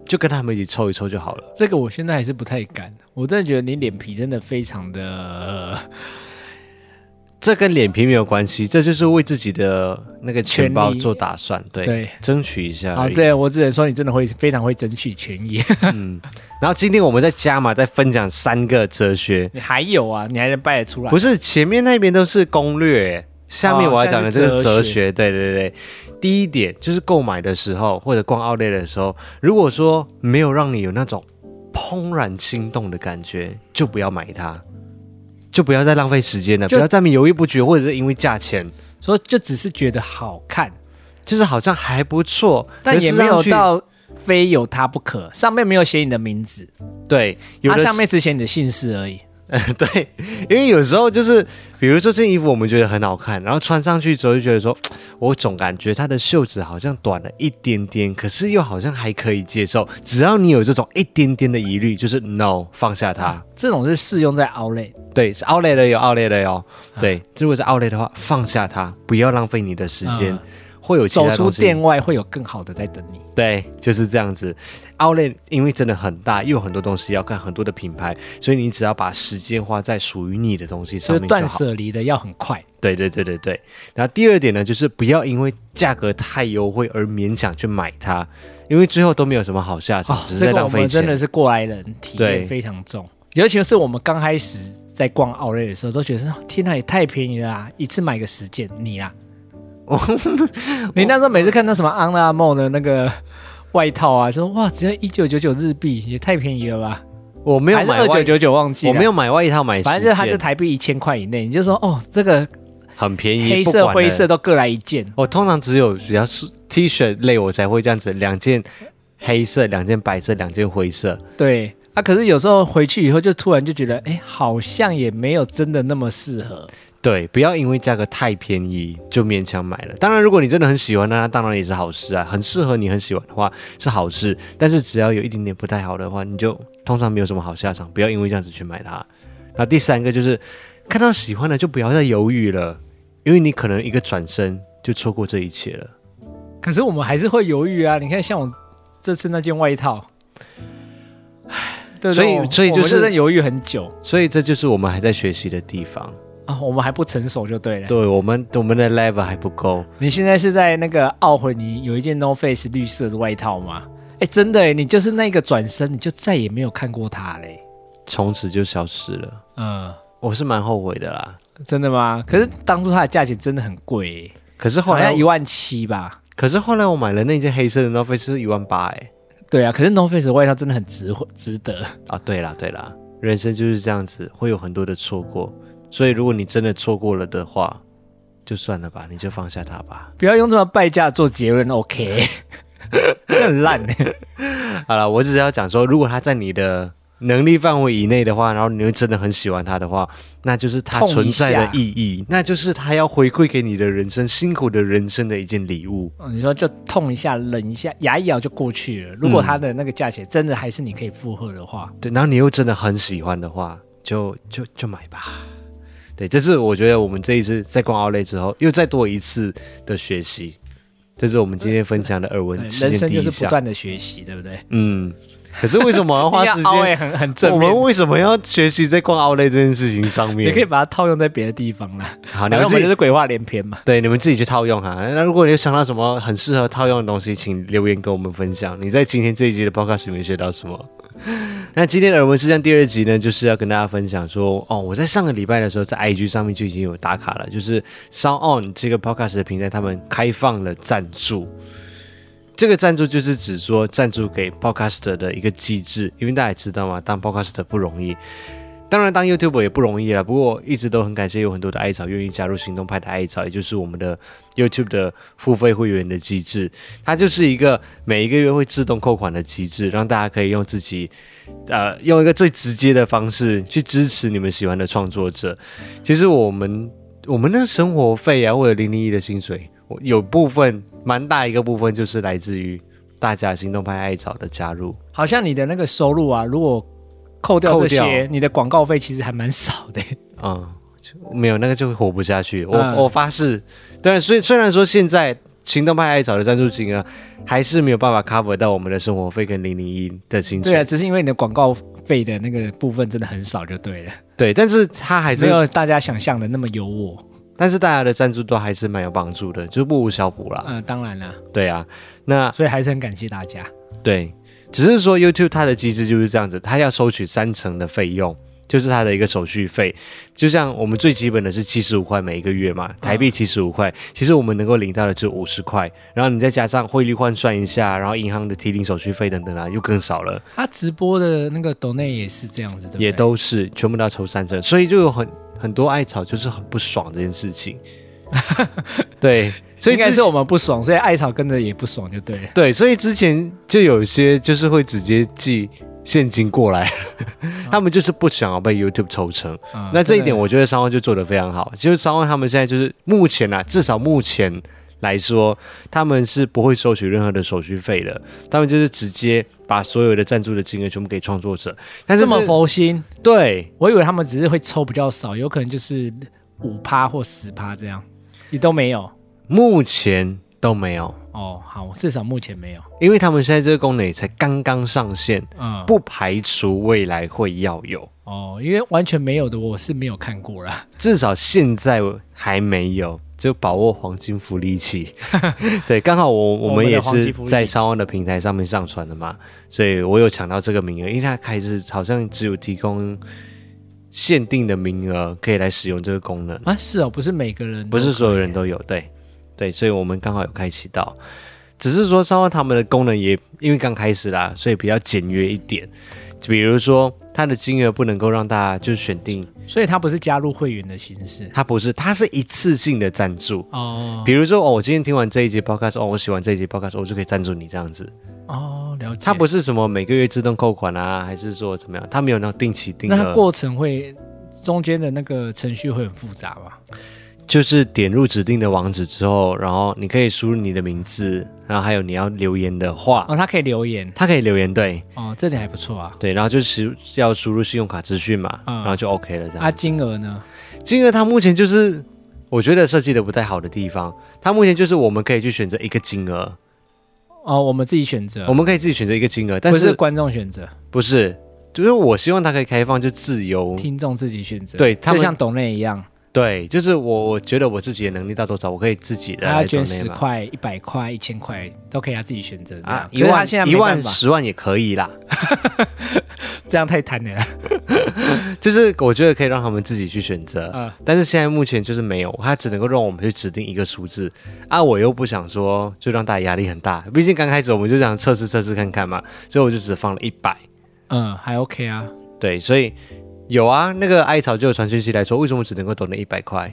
S1: 就跟他们一起抽一抽就好了。
S2: 这个我现在还是不太敢。我真的觉得你脸皮真的非常的
S1: 这跟脸皮没有关系，这就是为自己的那个钱包
S2: 权利
S1: 做打算，对，
S2: 对
S1: 争取一下
S2: 啊，
S1: 而已。
S2: 对我只能说你真的会非常会争取权 益。
S1: 然后今天我们再加码，再分享三个哲学，
S2: 你还有啊，你还能掰得出来？
S1: 不
S2: 是
S1: 是前面那边都是攻略，下面我要讲的这是
S2: 哦现在
S1: 哲
S2: 是哲
S1: 学。对对对，第一点就是购买的时候或者逛奥莱的时候，如果说没有让你有那种怦然心动的感觉，就不要买它，就不要再浪费时间了，不
S2: 就
S1: 要再犹豫不决，或者是因为价钱，
S2: 说就只是觉得好看，
S1: 就是好像还不错，
S2: 但
S1: 可是
S2: 也没
S1: 让
S2: 有
S1: 去
S2: 到非有它不可。上面没有写你的名字，
S1: 对，有
S2: 它
S1: 的
S2: 上面只写你的姓氏而已。
S1: 对，因为有时候就是，比如说这件衣服我们觉得很好看，然后穿上去之后就觉得说，我总感觉它的袖子好像短了一点点，可是又好像还可以接受。只要你有这种一点点的疑虑，就是 no，放下它。
S2: 这种是适用在 Outlet，
S1: 对，是 outlet 的有 outlet 的
S2: 啊
S1: 哟。对，如果是 outlet 的话，放下它，不要浪费你的时间。
S2: 嗯
S1: 会有其
S2: 走
S1: 他
S2: 出
S1: 东西。
S2: 店外会有更好的在等你。
S1: 对，就是这样子。Outlet 因为真的很大，又有很多东西要看，很多的品牌，所以你只要把时间花在属于你的东西上
S2: 就是
S1: 面就好。
S2: 断舍离的要很快，
S1: 对对对对对。然后第二点呢，就是不要因为价格太优惠而勉强去买它，因为最后都没有什么好下场，
S2: 哦
S1: 只是
S2: 这
S1: 在
S2: 个我
S1: 浪费
S2: 们
S1: 钱。
S2: 真的是过来人，体
S1: 对
S2: 验非常重。尤其是我们刚开始在逛奥莱的时候，都觉得哦天哪，也太便宜了啊！一次买个十件，你啊，你那时候每次看到什么安娜梦的那个外套啊，说哇，只要一九九九日币，也太便宜了吧？
S1: 我没有
S2: 还是
S1: 买
S2: 二九
S1: 外，
S2: 九九，忘记了
S1: 我没，有买外套，买
S2: 反正就是它
S1: 十
S2: 就
S1: 件
S2: 台币一千块以内，你就说哦，这个
S1: 很便宜，
S2: 黑
S1: 不
S2: 色、
S1: 管
S2: 灰
S1: 了
S2: 色。都各来一件。
S1: 我通常只有比较是 T 恤类，我才会这样子，两件黑色，两件白色，两件灰色。
S2: 对啊，可是有时候回去以后，就突然就觉得，哎，好像也没有真的那么适合。
S1: 对，不要因为价格太便宜就勉强买了。当然，如果你真的很喜欢，那它当然也是好事啊，很适合你，很喜欢的话是好事。但是只要有一点点不太好的话，你就通常没有什么好下场。不要因为这样子去买它。那第三个就是看到喜欢的就不要再犹豫了，因为你可能一个转身就错过这一切了。
S2: 可是我们还是会犹豫啊。你看，像我这次那件外套，对不对
S1: 所以
S2: 我们
S1: 所以就是
S2: 我们真的犹豫很久
S1: 所以这就是我们还在学习的地方。
S2: 啊，我们还不成熟就对了。
S1: 对我们我们的 level 还不够。
S2: 你现在是在那个懊悔你有一件 No Face 绿色的外套吗？哎，真的哎，你就是那个转身，你就再也没有看过它嘞。
S1: 从此就消失了。
S2: 嗯，
S1: 我是蛮后悔的啦。
S2: 真的吗？可是当初它的价钱真的很贵哎，
S1: 可是后
S2: 好
S1: 来
S2: 像，一万七吧。
S1: 可是后来我买了那件黑色的 n o f a c 是一万八哎。
S2: 对啊，可是 No Face 的外套真的很值值得。
S1: 啊，对啦对啦，人生就是这样子，会有很多的错过。所以如果你真的错过了的话，就算了吧，你就放下它吧。
S2: 不要用这么败家做结论，OK？很烂欸，
S1: 好了，我只是要讲说，如果它在你的能力范围以内的话，然后你又真的很喜欢它的话，那就是它
S2: 痛一
S1: 存在
S2: 下
S1: 的意义，那就是它要回馈给你的人生辛苦的人生的一件礼物。
S2: 哦你说就痛一下、冷一下，牙一咬就过去了。
S1: 嗯
S2: 如果它的那个价钱真的还是你可以负荷的话，
S1: 对，然后你又真的很喜欢的话，就就就买吧。对，这是我觉得我们这一次在逛奥莱之后，又再多一次的学习。这是我们今天分享的耳闻
S2: 对
S1: 事
S2: 人
S1: 件
S2: 生
S1: 第
S2: 就
S1: 一
S2: 是不
S1: 项。
S2: 断的学习，对不对？
S1: 嗯，可是为什么要花 时
S2: 凹欸
S1: 间？
S2: 很很正
S1: 我
S2: 面。
S1: 们为什么要学习在逛 Outlet 这件事情上面？
S2: 也可以把它套用在别的地方啦。
S1: 好，啊你们
S2: 反正我
S1: 自
S2: 们就
S1: 己
S2: 是鬼话连篇嘛。
S1: 对你们自己去套用哈、那如果你有想到什么很适合套用的东西，请留言跟我们分享。你在今天这一集的 podcast 里面学到什么？ 那今天的耳闻事件第二集呢，就是要跟大家分享说，哦，我在上个礼拜的时候，在 IG 上面就已经有打卡了，就是 Sound On 这个 podcast 的平台，他们开放了赞助。这个赞助就是指说赞助给 podcaster 的一个机制，因为大家也知道嘛，当 podcaster 不容易，当然当 YouTuber 也不容易啦。不过一直都很感谢有很多的艾草愿意加入行动派的艾草，也就是我们的 YouTube 的付费会员的机制，它就是一个每一个月会自动扣款的机制，让大家可以用自己，呃，用一个最直接的方式去支持你们喜欢的创作者。其实我们我们的生活费啊，或者零零一的薪水，我有部分蛮大一个部分就是来自于大家行动派艾草的加入。
S2: 好像你的那个收入啊，如果扣掉这
S1: 扣
S2: 些，
S1: 掉
S2: 你的广告费其实还蛮少的。欸
S1: 嗯，就没有那个就会活不下去。我、
S2: 嗯
S1: 我发誓，对，虽虽然说现在行动派爱找的赞助金额还是没有办法 cover 到我们的生活费跟零零一的薪水，
S2: 对啊，只是因为你的广告费的那个部分真的很少就对了，
S1: 对但是它还
S2: 没
S1: 是，
S2: 有大家想象的那么优渥。
S1: 但是大家的赞助都还是蛮有帮助的，就不无小补啦。
S2: 嗯、当然啦，
S1: 对啊，那
S2: 所以还是很感谢大家。
S1: 对，只是说 YouTube 它的机制就是这样子，它要收取三成的费用，就是它的一个手续费。就像我们最基本的是七十五块每一个月
S2: 嗯
S1: 嘛，台币七十五块，其实我们能够领到的只有五十块，然后你再加上汇率换算一下，然后银行的提领手续费等等啊，又更少了，
S2: 他、直播的那个抖内也是这样子，对不对？
S1: 也都是全部都要抽三成，所以就有很很多艾草就是很不爽这件事情。 对，所以
S2: 应该
S1: 这
S2: 是我们不爽，所以艾草跟着也不爽就对了。
S1: 对，所以之前就有些就是会直接寄现金过
S2: 啊
S1: 来，他们就是不想要被 YouTube 抽成。
S2: 嗯
S1: 那这一点，
S2: 对
S1: 我觉得商万就做得非常好。就是商万他们现在就是目前啊，至少目前来说，他们是不会收取任何的手续费的，他们就是直接把所有的赞助的金额全部给创作者。但是
S2: 这么佛心，
S1: 对，
S2: 我以为他们只是会抽比较少，有可能就是五趴或十趴这样，也都没有。
S1: 目前都没有，
S2: 哦，好，至少目前没有。
S1: 因为他们现在这个功能也才刚刚上线，
S2: 嗯，
S1: 不排除未来会要有。
S2: 哦，因为完全没有的，我是没有看过啦。
S1: 至少现在还没有，就把握黄金福利 期。对，刚好我我们也
S2: 我们的黄
S1: 是
S2: 金福利期
S1: 在三万的平台上面上传的嘛，所以我有抢到这个名额，因为它开始好像只有提供限定的名额可以来使用这个功能，
S2: 啊，是哦，不是每个人都
S1: 不是所有人
S2: 可以。
S1: 都有。对，对，所以我们刚好有开启到。只是说三万他们的功能也因为刚开始啦，所以比较简约一点。就比如说，它的金额不能够让大家就选定，
S2: 所以他不是加入会员的形式。
S1: 它不是，它是一次性的赞助。
S2: 哦
S1: 比如说，哦，我今天听完这一集 podcast，哦，我喜欢这一集 podcast，我就可以赞助你这样子。
S2: 哦，了解。
S1: 它不是什么每个月自动扣款啊，还是说怎么样？它没有那种定期定
S2: 那它
S1: 额，
S2: 过程会中间的那个程序会很复杂吧？
S1: 就是点入指定的网址之后，然后你可以输入你的名字，然后还有你要留言的话，
S2: 哦，它可以留言。
S1: 它可以留言，对
S2: 哦，这点还不错啊。
S1: 对，然后就是要输入信用卡资讯嘛，
S2: 嗯
S1: 然后就 OK 了这样。
S2: 啊，金额呢？
S1: 金额它目前就是我觉得设计的不太好的地方，它目前就是我们可以去选择一个金额，
S2: 哦，我们自己选择，
S1: 我们可以自己选择一个金额，但
S2: 不
S1: 是
S2: 是观众选择，
S1: 不是，就是我希望它可以开放就自由
S2: 听众自己选择。
S1: 对他
S2: 就
S1: 们
S2: 像抖内一样，
S1: 对，就是我我觉得我自己的能力到多少，我可以自己的
S2: 他要
S1: 来
S2: 捐
S1: donate
S2: 十
S1: 嘛
S2: 块、一百块、一千块，都可以他自己选择这样
S1: 啊，。一
S2: 可是他
S1: 万
S2: 现在没
S1: 一万
S2: 办法
S1: 十万也可以啦，
S2: 这样太贪了。
S1: 就是我觉得可以让他们自己去选择。
S2: 啊
S1: 但是现在目前就是没有，它只能够让我们去指定一个数字啊，我又不想说就让大家压力很大，毕竟刚开始我们就想测试测试看看嘛，所以我就只放了一百。
S2: 嗯，还 OK 啊。
S1: 对，所以有啊，那个艾草就有传讯息来说，为什么只能够抖那一百块？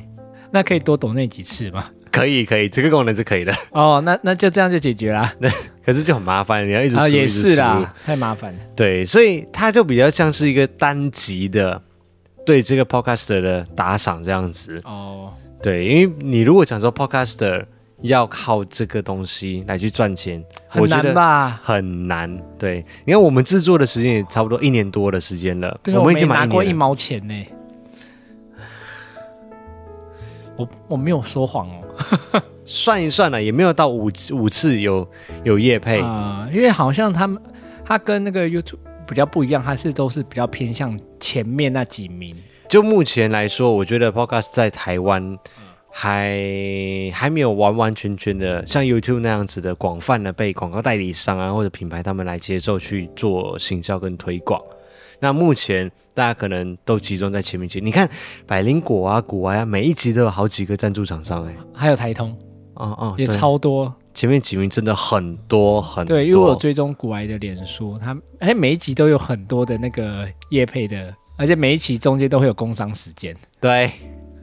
S2: 那可以多抖那几次嘛？
S1: 可以可以，这个功能是可以的，
S2: 哦，那那就这样就解决啦。
S1: 可是就很麻烦，你要一直输入、
S2: 啊，也
S1: 一直
S2: 是
S1: 输入
S2: 啦，太麻烦了。
S1: 对，所以它就比较像是一个单集的对这个 podcaster 的打赏这样子。
S2: 哦，
S1: 对，因为你如果想说 podcaster 要靠这个东西来去赚钱，
S2: 很
S1: 我觉
S2: 难
S1: 得
S2: 吧？
S1: 很难。对，你看我们制作的时间也差不多一年多的时间了，
S2: 对啊
S1: 我
S2: 我
S1: 们已
S2: 没
S1: 经
S2: 拿
S1: 满
S2: 过一
S1: 年了
S2: 毛钱呢、我我没有说谎哦，
S1: 算一算了，也没有到五次五次有有业配。
S2: 啊啊、因为好像他们它跟那个 YouTube 比较不一样，它是都是比较偏向前面那几名。
S1: 就目前来说，我觉得 Podcast 在台湾还还没有完完全全的像 YouTube 那样子的广泛的被广告代理商啊或者品牌他们来接受去做行销跟推广。那目前大家可能都集中在前面几，你看百灵果啊、古玩啊，每一集都有好几个赞助厂商哎、
S2: 还有台通
S1: 哦哦，
S2: 也
S1: 对
S2: 超多，
S1: 前面几名真的很多很多，
S2: 对，因为我有追踪古埃的脸书，他哎每一集都有很多的那个叶配的，而且每一期中间都会有工商时间。
S1: 对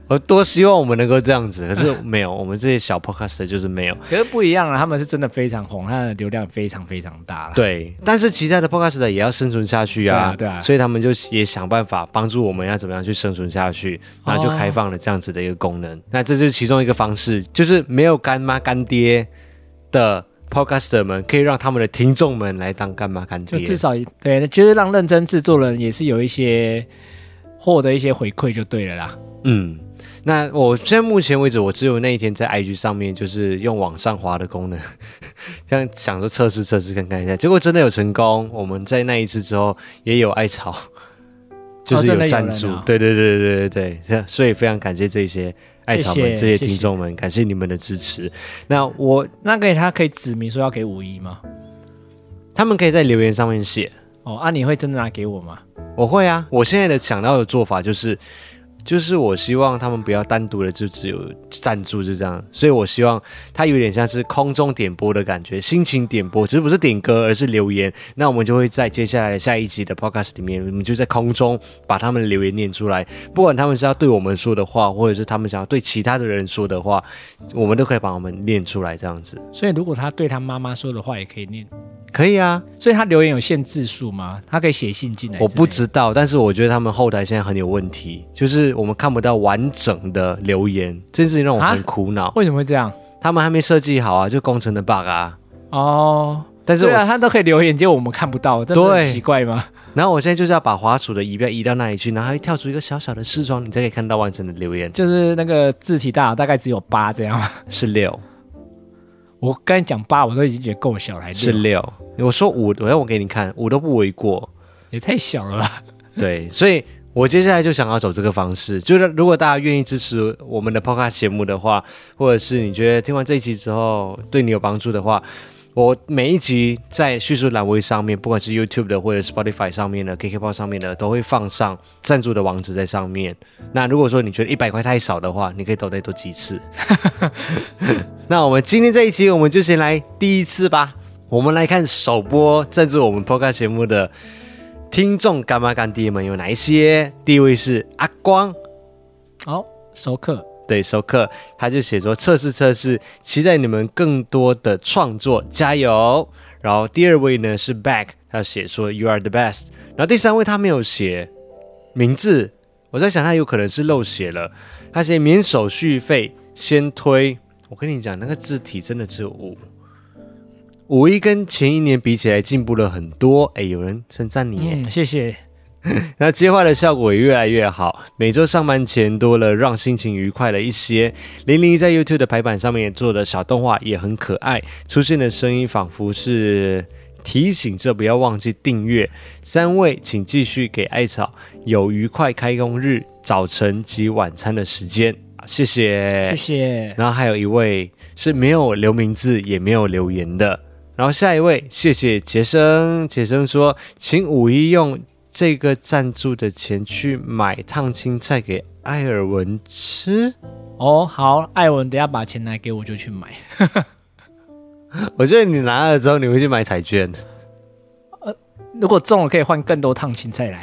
S1: 我多希望我们能够这样子，可是没有，我们这些小 podcaster 就是没有。
S2: 可是不一样啊了，他们是真的非常红，他的流量非常非常大了。
S1: 对，但是其他的 podcaster 也要生存下去啊，
S2: 对啊对啊
S1: 所以他们就也想办法帮助我们要怎么样去生存下去，
S2: 哦
S1: 然后就开放了这样子的一个功能。那这就是其中一个方式，就是没有干妈干爹的 podcaster 们，可以让他们的听众们来当干妈干
S2: 就
S1: 爹。
S2: 至少对，就是让认真制作人也是有一些获得一些回馈就对了啦。
S1: 嗯，那我现在目前为止，我只有那一天在 IG 上面就是用往上滑的功能， 这样想说测试测试看看一下，结果真的有成功。我们在那一次之后也有艾草，就是
S2: 真的有
S1: 赞
S2: 人
S1: 助，
S2: 啊
S1: 对对对对对对，所以非常感谢这些艾草们
S2: 谢谢
S1: 这些听众们，感谢你们的支持。那我
S2: 那可以，他可以指明说要给五一吗？
S1: 他们可以在留言上面写，
S2: 哦，啊，你会真的拿给我吗？
S1: 我会啊，我现在的想到的做法就是，就是我希望他们不要单独的就只有赞助就这样，所以我希望它有点像是空中点播的感觉，心情点播，只是不是点歌，而是留言。那我们就会在接下来的下一集的 podcast 里面，我们就在空中把他们的留言念出来，不管他们是要对我们说的话，或者是他们想要对其他的人说的话，我们都可以把我们念出来，这样子
S2: 所以如果他对他妈妈说的话也可以念，
S1: 可以啊。
S2: 所以他留言有限字数吗？他可以写信进来之类
S1: 我
S2: 的？
S1: 不知道，但是我觉得他们后台现在很有问题，就是我们看不到完整的留言，这件事情让我很
S2: 啊
S1: 苦恼。
S2: 为什么会这样。
S1: 他们还没设计好啊，就工程的 bug 啊。
S2: 哦，
S1: 但是我，
S2: 对啊，他都可以留言，结果我们看不到，这不是
S1: 对
S2: 很奇怪吗？
S1: 然后我现在就是要把滑鼠的仪表移到那里去，然后它会跳出一个小小的视窗，你才可以看到完整的留言
S2: 就是那个字体大大概只有八这样。
S1: 是六
S2: 我刚才讲八，我都已经觉得够小了，还
S1: 是
S2: 哎六
S1: 六。我说五，我要我给你看，五都不为过。
S2: 也太小了吧？
S1: 对，所以我接下来就想要走这个方式，就是如果大家愿意支持我们的 Podcast 节目的话，或者是你觉得听完这一集之后对你有帮助的话。我每一集在叙述栏位上面，不管是 YouTube 的或者 Spotify 上面的、KKBox 上面的，都会放上赞助的网址在上面。那如果说你觉得一百块太少的话，你可以抖内多几次。 那我们今天这一期我们就先来第一次吧，我们来看首播赞助我们 Podcast 节目的听众干妈干爹们有哪一些？第一位是阿光，
S2: 哦，熟客，
S1: 对，熟客，他就写说测试测试，期待你们更多的创作，加油。然后第二位呢是 Back，他写说 You are the best。然后第三位他没有写名字，我在想他有可能是漏写了，他写免手续费先推。我跟你讲，那个字体真的只有五。五一跟前一年比起来进步了很多，哎，有人称赞你耶，
S2: 嗯，谢谢。
S1: 那接话的效果也越来越好，每周上班前多了，让心情愉快了一些。零零一在 YouTube 的排版上面也做的小动画也很可爱，出现的声音仿佛是提醒着不要忘记订阅。三位请继续给艾草有愉快开工日早晨及晚餐的时间，啊谢谢，
S2: 谢谢，
S1: 然后还有一位是没有留名字也没有留言的。然后下一位，谢谢杰生，杰生说，请五一用这个赞助的钱去买烫青菜给艾尔文吃。
S2: 哦，好，艾文，等一下把钱拿给我就去买。
S1: 我觉得你拿了之后，你会去买彩券。
S2: 如果中了，可以换更多烫青菜来。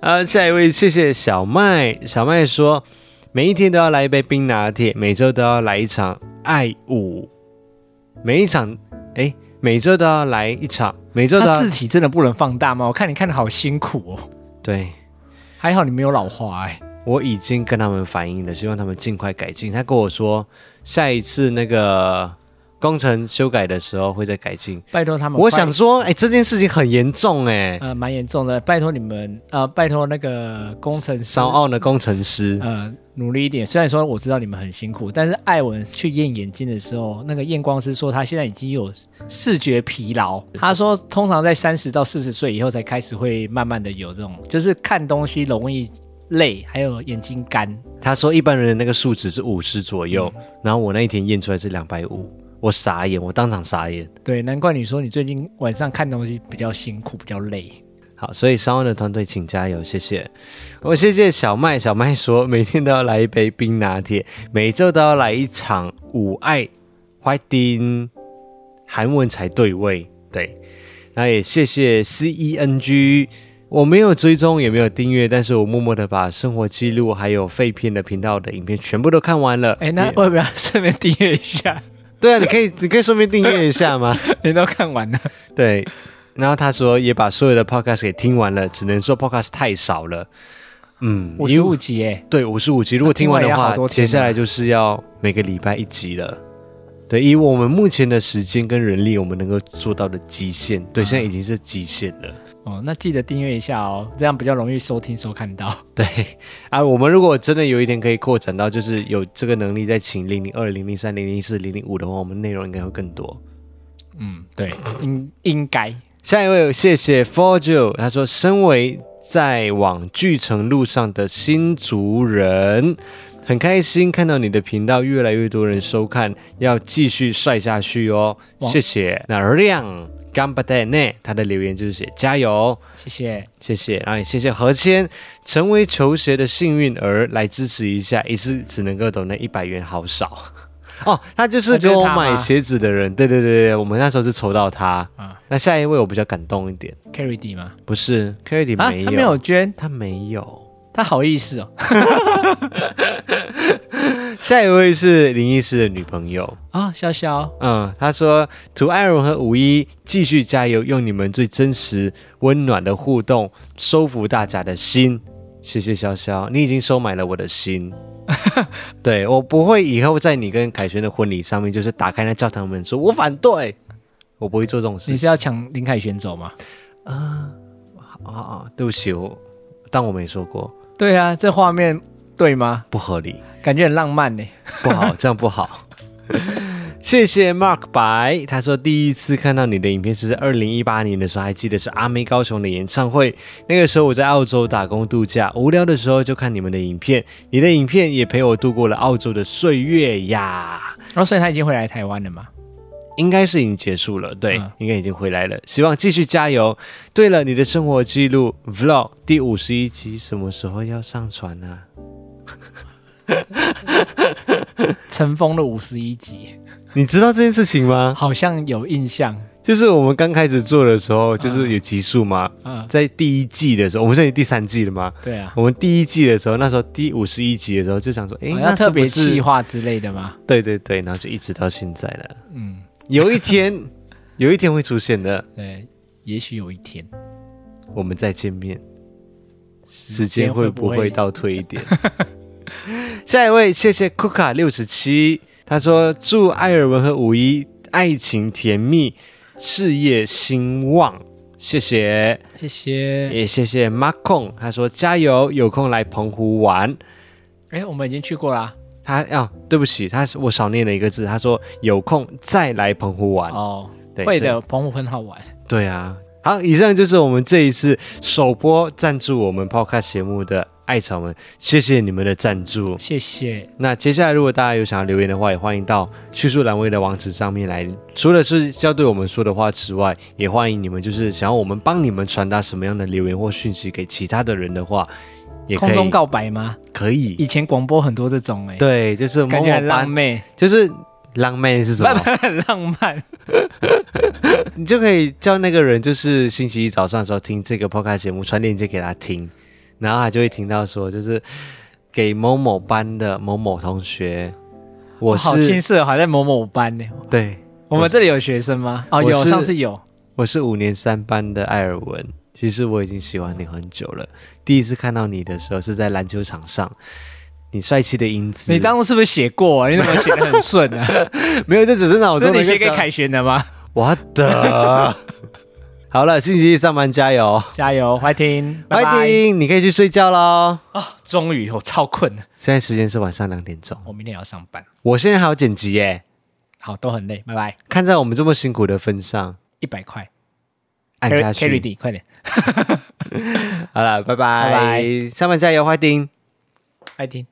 S1: 啊，下一位，谢谢小麦。小麦说，每一天都要来一杯冰拿铁，每周都要来一场爱舞，每一场，哎，每周都要来一场，每周都
S2: 那
S1: 要
S2: 字体真的不能放大吗？我看你看的好辛苦哦，
S1: 对。
S2: 还好你没有老花哎、
S1: 我已经跟他们反映了，希望他们尽快改进。他跟我说，下一次那个工程修改的时候会再改进。
S2: 拜托他们快。
S1: 我想说，哎、这件事情很严重哎、
S2: 呃，蛮严重的，拜托你们，呃，拜托那个工程师
S1: 骚，傲的工程师，
S2: 呃，努力一点。虽然说我知道你们很辛苦，但是艾文去验眼睛的时候，那个验光师说他现在已经有视觉疲劳。他说，通常在三十到四十岁以后才开始会慢慢的有这种，就是看东西容易累，还有眼睛干。
S1: 他说一般人的那个数值是五十左右，然后我那一天验出来是两百五，我傻眼，我当场傻眼。
S2: 对，难怪你说你最近晚上看东西比较辛苦，比较累。
S1: 好，所以商万的团队请加油，谢谢。我谢谢小麦，小麦说每天都要来一杯冰拿铁，每周都要来一场午爱欢迎韩文才对味。对，那也谢谢 C E N G。我没有追踪，也没有订阅，但是我默默的把生活记录还有废片的频道的影片全部都看完了。
S2: 哎，那
S1: 也
S2: 要不要顺便订阅一下？
S1: 对啊，你可以，你可以顺便订阅一下吗？
S2: 你都看完了。
S1: 对，然后他说也把所有的 podcast 给听完了，只能说 podcast 太少了。嗯，
S2: 五
S1: 因
S2: 十
S1: 为
S2: 五集耶，
S1: 对五十五集，如果听完的
S2: 听完也
S1: 话
S2: 好，多天
S1: 接
S2: 啊
S1: 下来就是要每个礼拜一集了。对，以我们目前的时间跟人力，我们能够做到的极限，
S2: 嗯
S1: 对，现在已经是极限了。
S2: 哦，那记得订阅一下哦，这样比较容易收听收看到。
S1: 对 啊，我们如果真的有一天可以扩展到，就是有这个能力再请零零二、零零三、零零四、零零五的话，我们内容应该会更多。
S2: 嗯，对，应应该
S1: 下一位，谢谢 Forjo，他说，身为在往巨城路上的新族人，很开心看到你的频道越来越多人收看，要继续帅下去哦，
S2: 哇
S1: 谢谢。那亮干巴代内，他的留言就是写加油。
S2: 谢谢。
S1: 谢谢，然后也谢谢何谦，成为球鞋的幸运儿来支持一下，一次只能够抖那一百元，好少 哦。他就是
S2: 那
S1: 给
S2: 就是
S1: 我
S2: 他吗
S1: 买鞋子的人，对对对对，我们那时候是抽到他。
S2: 啊
S1: 那下一位我比较感动一点，
S2: Carry D 吗？
S1: 不是 c a r r y
S2: 啊，
S1: 没有，
S2: 他没有，捐，
S1: 他没有。
S2: 他好意思哦。
S1: 下一位是林医师的女朋友，
S2: 啊，潇潇，
S1: 嗯，他说：“涂艾荣和五一继续加油，用你们最真实、温暖的互动收服大家的心。”谢谢潇潇，你已经收买了我的 心。对我不会以后在你跟凯旋的婚礼上面，就是打开那教堂门说“我反对”，我不会做这种事
S2: 你
S1: 情。
S2: 是要抢林凯旋走吗？
S1: 啊啊，对不起，我当我没说过，
S2: 对啊，这画面对吗？
S1: 不合理。
S2: 感觉很浪漫呢。
S1: 不好，这样不好。谢谢 Mark 白，他说第一次看到你的影片是在二零一八年的时候，还记得是阿妹高雄的演唱会。那个时候我在澳洲打工度假，无聊的时候就看你们的影片，你的影片也陪我度过了澳洲的岁月呀。
S2: 然哦后，所以他已经回来台湾了嘛？
S1: 应该是已经结束了，对，
S2: 嗯
S1: 应该已经回来了。希望继续加油。对了，你的生活记录 Vlog 第五十一集什么时候要上传啊呢、
S2: 尘封的五十一集，
S1: 你知道这件事情吗？
S2: 好像有印象。
S1: 就是我们刚开始做的时候，就是有集数嘛，
S2: 嗯，
S1: 在第一季的时候，我们现在第三季了嘛。
S2: 对啊，
S1: 我们第一季的时候，那时候第五十一集的时候就想说，诶，
S2: 好
S1: 那
S2: 像哦特别
S1: 是不是
S2: 计划之类的吗？
S1: 对对对，然后就一直到现在了。
S2: 嗯，
S1: 有一天， 有一天会出现的，
S2: 对，也许有一天，
S1: 我们再见面，时
S2: 时
S1: 间会不会？倒退一 点？下一位，谢谢库卡六十七，他说祝艾尔文和五一爱情甜蜜，事业兴旺，谢谢。
S2: 谢谢。
S1: 也谢谢 Mark 控，他说加油，有空来澎湖玩。
S2: 哎，我们已经去过啦。
S1: 他啊，对不起，他是我少念了一个字，他说有空再来澎湖玩。
S2: 哦，
S1: 啊对
S2: 会，
S1: 是
S2: 的，澎湖很好玩。
S1: 对啊。好，以上就是我们这一次首播赞助我们 Podcast 节目的艾草们，谢谢你们的赞助。
S2: 谢谢，
S1: 那接下来，如果大家有想要留言的话，也欢迎到叙述栏位的网址上面来。除了是要对我们说的话之外，也欢迎你们就是想要我们帮你们传达什么样的留言或讯息给其他的人的话，也可以
S2: 空中告白吗？
S1: 可以。
S2: 以前广播很多这种哎、
S1: 对，就是某
S2: 感
S1: 某
S2: 觉很浪
S1: 班，
S2: 漫，
S1: 就是浪妹是什么？
S2: 很浪漫。
S1: 你就可以叫那个人，就是星期一早上的时候听这个 podcast 节目，传链接给他听，然后他就会听到说，就是给某某班的某某同学，我
S2: 哦好青
S1: 是
S2: 涩，好像某某班呢、
S1: 对，
S2: 我们这里有学生吗？哦，
S1: 我
S2: 有，
S1: 是
S2: 上次有。
S1: 我是五年三班的艾尔文。其实我已经喜欢你很久了，第一次看到你的时候是在篮球场上，你帅气的英姿。
S2: 你当初是不是写过啊？你怎么写的很顺 啊？
S1: 没有，这只是脑
S2: 这
S1: 中的
S2: 是你
S1: 一个
S2: 写给
S1: 小
S2: 凯旋的吗？
S1: 我的。 好了，星期一上班加油，
S2: 加油， 欢迎，拜拜
S1: 麦丁，你可以去睡觉喽。
S2: 啊！终于，我超困了，
S1: 现在时间是晚上两点钟，
S2: 我明天也要上班，
S1: 我现在还有剪辑耶。
S2: 好，都很累，拜拜。
S1: 看在我们这么辛苦的份上，
S2: 一百块
S1: 按下
S2: carry carry
S1: 去。
S2: 你，快点，
S1: 好了，拜拜，
S2: 拜拜
S1: 上班加油，花丁。
S2: 爱听。